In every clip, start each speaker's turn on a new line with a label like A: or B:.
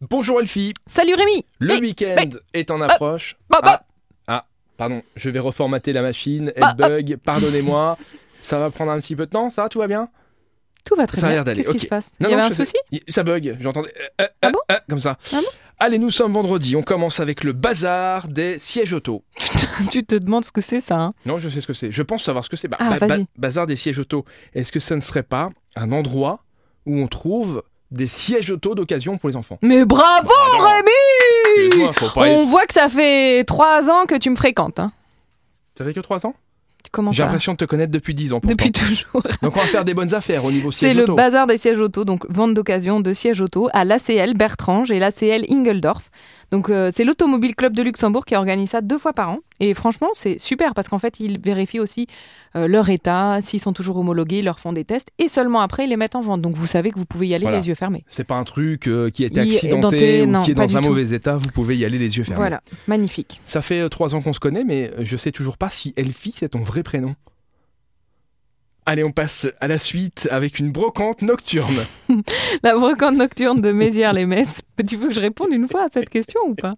A: Bonjour Elfie,
B: Salut Rémi
A: le
B: Mais-
A: week-end
B: mais-
A: est en approche.
B: bah, bah.
A: Ah, ah, pardon, je vais reformater la machine,
B: Ah,
A: elle bug, pardonnez-moi. Ça va prendre un petit peu de temps, ça, tout va bien
B: Tout va très
A: Ça a
B: bien.
A: l'air d'aller,
B: Qu'est-ce qui
A: ok.
B: se passe
A: Non,
B: Il y
A: non,
B: avait un
A: je sais.
B: souci
A: Y- Ça bug, j'entendais euh, euh,
B: Ah
A: euh,
B: bon
A: euh, comme ça.
B: Ah bon
A: Allez, nous sommes vendredi, on commence avec le bazar des sièges auto.
B: Tu te demandes ce que c'est ça. hein
A: Non, je sais ce que c'est, je pense savoir ce que c'est. Bah,
B: Ah,
A: bah,
B: vas-y.
A: bah, bazar des sièges auto, est-ce que ça ne serait pas un endroit où on trouve des sièges auto d'occasion pour les enfants
B: Mais bravo
A: Attends,
B: Rémi
A: excuse-moi, faut pas y-
B: On voit que ça fait trois ans que tu me fréquentes. Hein.
A: Ça fait que 3 ans
B: Comment
A: J'ai
B: ça
A: l'impression de te connaître depuis 10 ans. pourtant.
B: Depuis toujours.
A: Donc on va faire des bonnes affaires au niveau
B: C'est
A: siège
B: le
A: auto.
B: bazar des sièges auto, donc vente d'occasion de sièges auto à l'ACL Bertrange et l'ACL Ingeldorf. Donc euh, c'est l'Automobile Club de Luxembourg qui organise ça deux fois par an. Et franchement, c'est super parce qu'en fait, ils vérifient aussi euh, leur état, s'ils sont toujours homologués, ils leur font des tests et seulement après, ils les mettent en vente. Donc vous savez que vous pouvez y aller
A: Voilà.
B: les yeux fermés.
A: C'est pas un truc euh, qui est
B: Il est
A: accidenté
B: denté,
A: ou
B: non,
A: qui est dans
B: pas du
A: un
B: tout.
A: mauvais état. Vous pouvez y aller les yeux fermés.
B: Voilà, magnifique.
A: Ça fait euh, trois ans qu'on se connaît, mais euh, je sais toujours pas si Elfie c'est ton vrai prénom. Allez, on passe à la suite avec une brocante nocturne.
B: La brocante nocturne de Mézières-les-Messes. Tu veux que je réponde une fois à cette question ou pas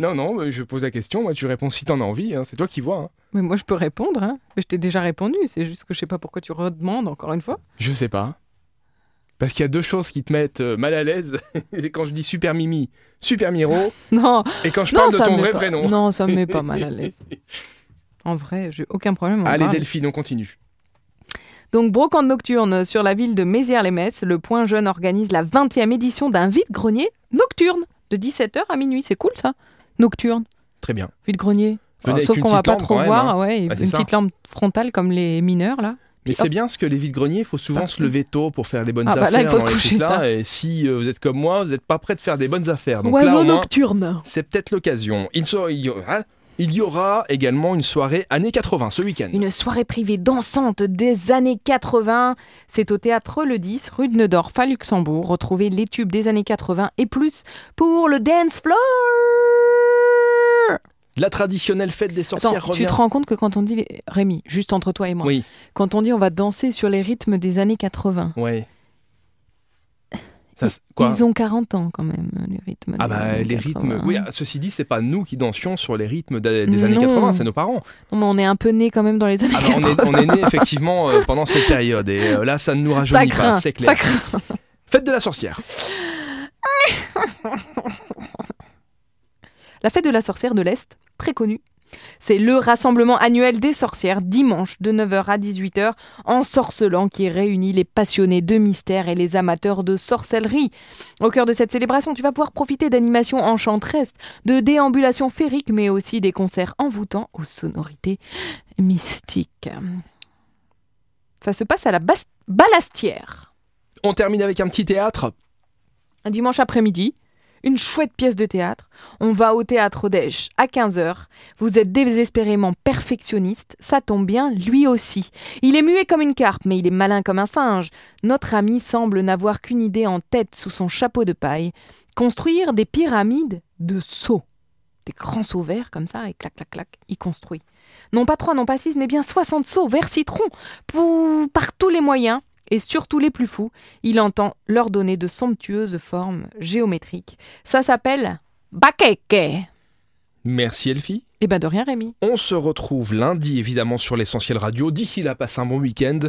A: Non, non, euh, je pose la question. Moi, tu réponds si t'en as envie. hein, C'est toi qui vois. hein.
B: Mais moi, je peux répondre. Hein. Mais je t'ai déjà répondu. C'est juste que je sais pas pourquoi tu redemandes encore une fois.
A: Je sais pas. Parce qu'il y a deux choses qui te mettent euh, mal à l'aise. C'est quand je dis super Mimi, super Miro,
B: Non,
A: et quand je
B: non,
A: parle de
B: ça
A: ton
B: me met
A: vrai
B: pas-
A: prénom.
B: Non, ça me met pas mal à l'aise. En vrai, j'ai aucun problème. à en
A: Allez,
B: parler.
A: Delphine, on continue.
B: Donc, brocante nocturne sur la ville de Mézières-les-Messes, le Point Jeune organise la 20e édition d'un vide-grenier nocturne de 17h à minuit. C'est cool ça Nocturne,
A: Très bien.
B: vide-grenier.
A: Venez
B: Alors,
A: avec
B: Sauf
A: une
B: qu'on va
A: petite
B: pas
A: lampe
B: trop
A: quand même,
B: voir,
A: hein.
B: ouais, et
A: Bah, c'est
B: une
A: ça.
B: petite lampe frontale comme les mineurs là.
A: Mais
B: Puis hop.
A: c'est bien parce que les vides-greniers, il faut souvent se lever tôt pour faire les bonnes
B: Ah bah là,
A: affaires.
B: il faut se
A: dans les
B: coucher
A: trucs là,
B: tard.
A: Et si euh, vous êtes comme moi, vous n'êtes pas prêt de faire des bonnes affaires. Donc là,
B: Oiseau
A: au moins,
B: nocturne.
A: c'est peut-être l'occasion. Il, sera- il y aura, il y aura également une soirée années 80 ce week-end.
B: Une soirée privée dansante des années 80. C'est au théâtre Le 10, rue de Neudorf à Luxembourg. Retrouvez les tubes des années 80 et plus pour le dance floor.
A: La traditionnelle fête des sorcières
B: Attends, tu
A: revient.
B: te rends compte que quand on dit les- Rémi, juste entre toi et moi,
A: Oui,
B: quand on dit on va danser sur les rythmes des années 80,
A: ouais. Ça, c'est- quoi
B: ils ont 40 ans quand même les rythmes.
A: Ah
B: des
A: bah
B: années
A: les rythmes.
B: 80.
A: Oui, ah, ceci dit, c'est pas nous qui dansions sur les rythmes des, des années
B: Non.
A: 80, c'est nos parents.
B: Non, mais on est un peu né quand même dans les années
A: Ah bah, on,
B: 80.
A: est, on est nés effectivement euh, pendant cette période et euh, là, ça ne nous
B: Ça
A: rajeunit
B: craint,
A: pas, c'est clair.
B: ça craint.
A: Fête de la sorcière.
B: La fête de la sorcière de l'Est, très connue. C'est le rassemblement annuel des sorcières dimanche de 9h à 18h en sorcelant qui réunit les passionnés de mystère et les amateurs de sorcellerie. Au cœur de cette célébration, tu vas pouvoir profiter d'animations enchanteresses, de déambulations féeriques mais aussi des concerts envoûtants aux sonorités mystiques. Ça se passe à la Bas- Balastière.
A: On termine avec un petit théâtre.
B: Un dimanche après-midi, une chouette pièce de théâtre. On va au théâtre d'Esch à 15h. Vous êtes désespérément perfectionniste, ça tombe bien, lui aussi. Il est muet comme une carpe, mais il est malin comme un singe. Notre ami semble n'avoir qu'une idée en tête sous son chapeau de paille construire des pyramides de sceaux. Des grands seaux verts comme ça, et clac, clac, clac, il construit. Non pas trois, non pas six, mais bien 60 seaux verts citron, pou- par tous les moyens, et surtout les plus fous, il entend leur donner de somptueuses formes géométriques. Ça s'appelle bakeke.
A: Merci Elfie.
B: Eh ben de rien Rémi.
A: On se retrouve lundi évidemment sur l'essentiel radio. D'ici là, passe un bon week-end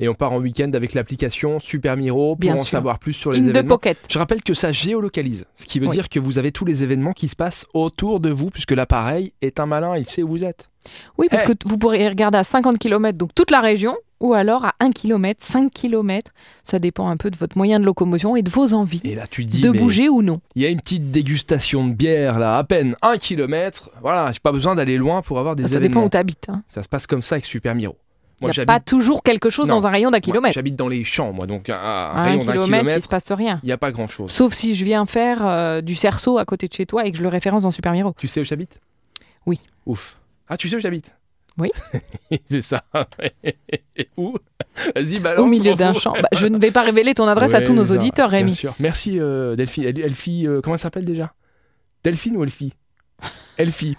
A: et on part en week-end avec l'application Super Miro pour
B: Bien
A: en
B: sûr.
A: savoir plus sur les
B: In the
A: événements.
B: pocket.
A: Je rappelle que ça géolocalise, ce qui veut
B: Oui.
A: dire que vous avez tous les événements qui se passent autour de vous puisque l'appareil est un malin, il sait où vous êtes.
B: Oui, parce
A: Hey.
B: que t- vous pourrez regarder à 50 km, donc toute la région, ou alors à 1 km, 5 km. Ça dépend un peu de votre moyen de locomotion et de vos envies
A: Et là, tu te dis
B: de
A: mais
B: bouger ou non.
A: il y a une petite dégustation de bière là, à peine un kilomètre. Voilà, j'ai pas besoin d'aller loin pour avoir des
B: Ça dépend
A: événements.
B: où tu habites.
A: ça se passe comme ça avec Super Miro.
B: Il
A: Moi,
B: n'y a
A: j'habite
B: pas toujours quelque chose
A: Non.
B: dans un rayon d'un
A: moi,
B: kilomètre.
A: J'habite dans les champs, moi, donc un, un
B: À
A: rayon
B: un
A: d'un
B: kilomètre, il ne se
A: kilomètre,
B: passe rien.
A: il n'y a pas grand-chose.
B: Sauf si je viens faire euh, du cerceau à côté de chez toi et que je le référence dans Super Miro.
A: Tu sais où j'habite
B: Oui.
A: Ouf. Ah, tu sais où j'habite
B: Oui.
A: c'est ça. où Vas-y, balance.
B: Au milieu
A: m'en
B: d'un
A: fous.
B: champ. Bah, je ne vais pas révéler ton adresse à
A: Ouais,
B: tous nos
A: ça,
B: auditeurs,
A: bien
B: Rémi.
A: sûr. Merci, euh, Delphine. El- Elfie, euh, comment elle s'appelle déjà Delphine ou Elfie Elfie.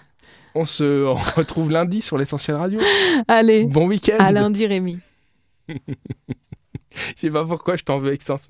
A: On se on retrouve lundi sur l'essentiel radio.
B: Allez,
A: Bon week-end.
B: à lundi, Rémi.
A: Je sais pas pourquoi je t'en veux avec ça. en ce